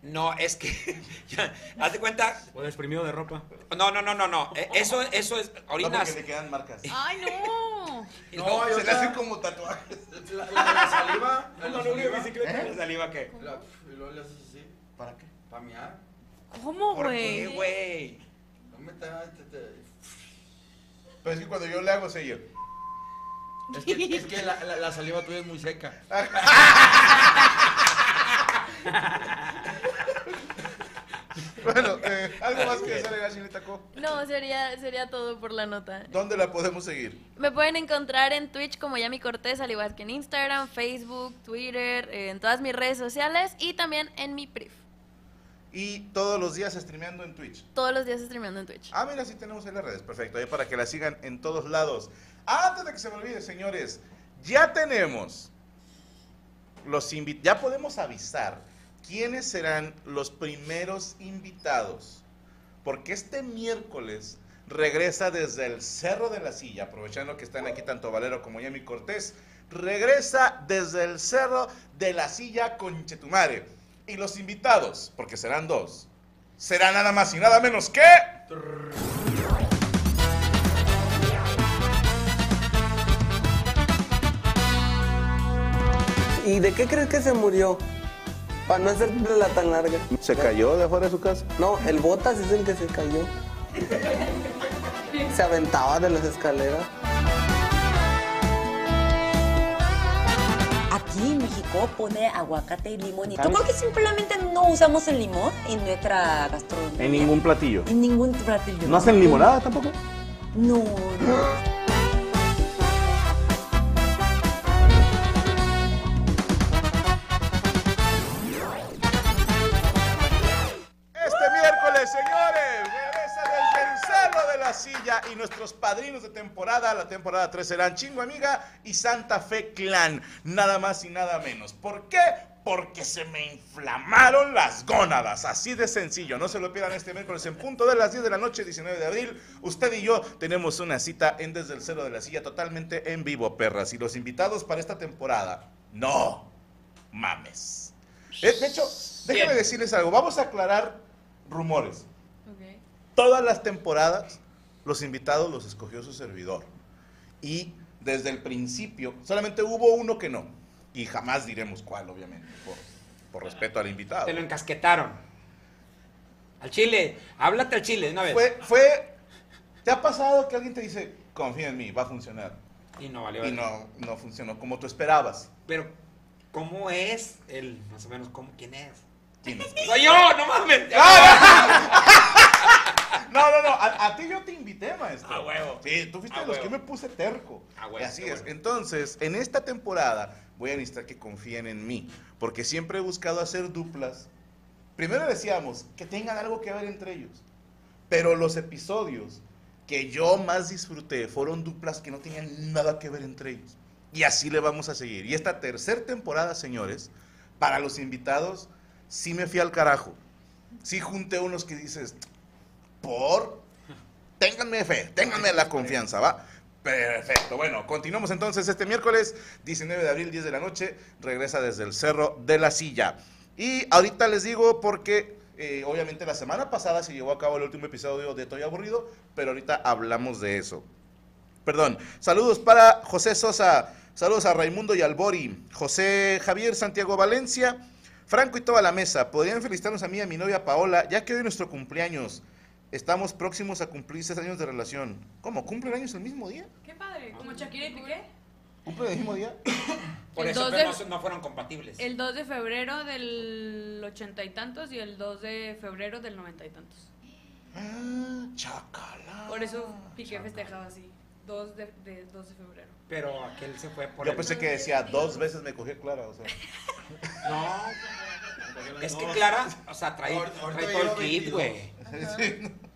Speaker 9: No, es que, [laughs] ya, haz de cuenta,
Speaker 7: O desprimido de ropa.
Speaker 9: no, no, no, no, no, eh, eso, eso es,
Speaker 3: No, porque
Speaker 9: orinas.
Speaker 3: le quedan marcas.
Speaker 4: ¡Ay, no!
Speaker 8: No, yo
Speaker 3: se le hacen como tatuajes.
Speaker 8: La, la, la saliva. La, la saliva.
Speaker 9: bicicleta. saliva que...
Speaker 8: La, y luego le haces así.
Speaker 3: ¿Para qué?
Speaker 8: Pa' mear.
Speaker 4: ¿Cómo,
Speaker 9: ¿Por qué,
Speaker 4: güey?
Speaker 9: güey?
Speaker 3: Ah,
Speaker 8: No me te, te, te-
Speaker 3: Pero es que cuando yo le hago sello.
Speaker 8: Es que, es que la, la, la saliva tuya es muy seca.
Speaker 3: Bueno, eh, algo más que hacer en Ashley Taco.
Speaker 5: No, sería, sería todo por la nota.
Speaker 3: ¿Dónde la podemos seguir?
Speaker 5: Me pueden encontrar en Twitch como Yami Cortés, al igual que en Instagram, Facebook, Twitter, eh, en todas mis redes sociales y también en mi PRIF.
Speaker 3: Y todos los días streameando en Twitch.
Speaker 5: Todos los días streameando en Twitch.
Speaker 3: Ah, mira, sí tenemos en las redes. Perfecto, ahí para que la sigan en todos lados. Antes de que se me olvide, señores, ya tenemos los invi- ya podemos avisar quiénes serán los primeros invitados. Porque este miércoles regresa desde el Cerro de la Silla, aprovechando que están aquí tanto Valero como Yemi Cortés, regresa desde el Cerro de la Silla con Chetumare. Y los invitados, porque serán dos, serán nada más y nada menos que...
Speaker 11: ¿Y de qué crees que se murió? Para no hacértela tan larga.
Speaker 3: ¿Se cayó de afuera de su casa?
Speaker 11: No, el Botas es el que se cayó. Se aventaba de las escaleras.
Speaker 12: Aquí en México pone aguacate y limón. Y yo creo que simplemente no usamos el limón en nuestra gastronomía.
Speaker 13: En ningún platillo.
Speaker 12: En ningún platillo.
Speaker 13: ¿No hacen limonada tampoco?
Speaker 12: No, no.
Speaker 3: Este miércoles, señores, regresa desde el Cerro de la Silla y nuestros padrinos de temporada, la temporada 3 serán Chingo Amiga y Santa Fe Clan, nada más y nada menos. ¿Por qué? Porque se me inflamaron las gónadas, así de sencillo. No se lo pierdan este miércoles en punto de las 10 de la noche, 19 de abril. Usted y yo tenemos una cita en Desde el Cerro de la Silla totalmente en vivo, perras. Y los invitados para esta temporada, no mames. Eh, De hecho, déjenme decirles algo. Vamos a aclarar rumores. Todas las temporadas, los invitados los escogió su servidor. Y desde el principio, solamente hubo uno que no. Y jamás diremos cuál, obviamente, por, por respeto al invitado.
Speaker 9: Te lo encasquetaron. Al chile, háblate al chile de una vez.
Speaker 3: Fue, fue- ¿Te ha pasado que alguien te dice, confía en mí, va a funcionar?
Speaker 9: Y no valió.
Speaker 3: Y no, no funcionó como tú esperabas.
Speaker 9: Pero, ¿cómo es él? Más o menos, ¿cómo, ¿quién es? Ah,
Speaker 3: ¿Quién es?
Speaker 9: ¡Soy yo! ¡No mames!
Speaker 3: Ah, No, no, no, a, a ti yo te invité, maestro.
Speaker 9: ¡A huevo!
Speaker 3: Sí, tú fuiste
Speaker 9: A
Speaker 3: de los
Speaker 9: huevo.
Speaker 3: que yo me puse terco.
Speaker 9: Ah, bueno,
Speaker 3: Así
Speaker 9: qué
Speaker 3: es.
Speaker 9: bueno.
Speaker 3: Entonces, en esta temporada voy a necesitar que confíen en mí, porque siempre he buscado hacer duplas Primero decíamos que tengan algo que ver entre ellos. Pero los episodios que yo más disfruté fueron duplas que no tenían nada que ver entre ellos. Y así le vamos a seguir. Y esta tercera temporada, señores, para los invitados, sí me fui al carajo. Sí junté unos que dices, por, ténganme fe, ténganme la confianza, ¿va? Perfecto, bueno, continuamos entonces este miércoles 19 de abril, 10 de la noche, regresa desde el Cerro de la Silla. Y ahorita les digo porque eh, obviamente la semana pasada se llevó a cabo el último episodio de Estoy Aburrido, pero ahorita hablamos de eso. Perdón, saludos para José Sosa, saludos a Raimundo y al Bori, José Javier Santiago Valencia, Franco y toda la mesa, podrían felicitarnos a mí y a mi novia Paola, ya que hoy es nuestro cumpleaños. Estamos próximos a cumplir seis años de relación. ¿Cómo? ¿Cumplen años el mismo día?
Speaker 4: Qué padre, como Shakira y Piqué.
Speaker 3: ¿Cumplen el mismo día?
Speaker 9: Por
Speaker 4: El
Speaker 9: eso
Speaker 4: dos
Speaker 9: pero
Speaker 4: de-
Speaker 9: no, no fueron compatibles.
Speaker 4: El 2 de febrero del ochenta y tantos y el 2 de febrero del noventa y tantos.
Speaker 11: Ah,
Speaker 3: Chacala.
Speaker 4: Por eso Piqué festejaba así. 2 de, de, 2 de febrero.
Speaker 9: Pero aquel se fue por
Speaker 3: Yo
Speaker 9: el-
Speaker 3: pensé que decía dos veces me cogió Clara, o sea.
Speaker 9: No. Es que Clara, o sea, trae,
Speaker 14: Ahorita- ahorita
Speaker 9: trae todo el
Speaker 14: lleva 22.
Speaker 9: kit, güey.
Speaker 14: Sí.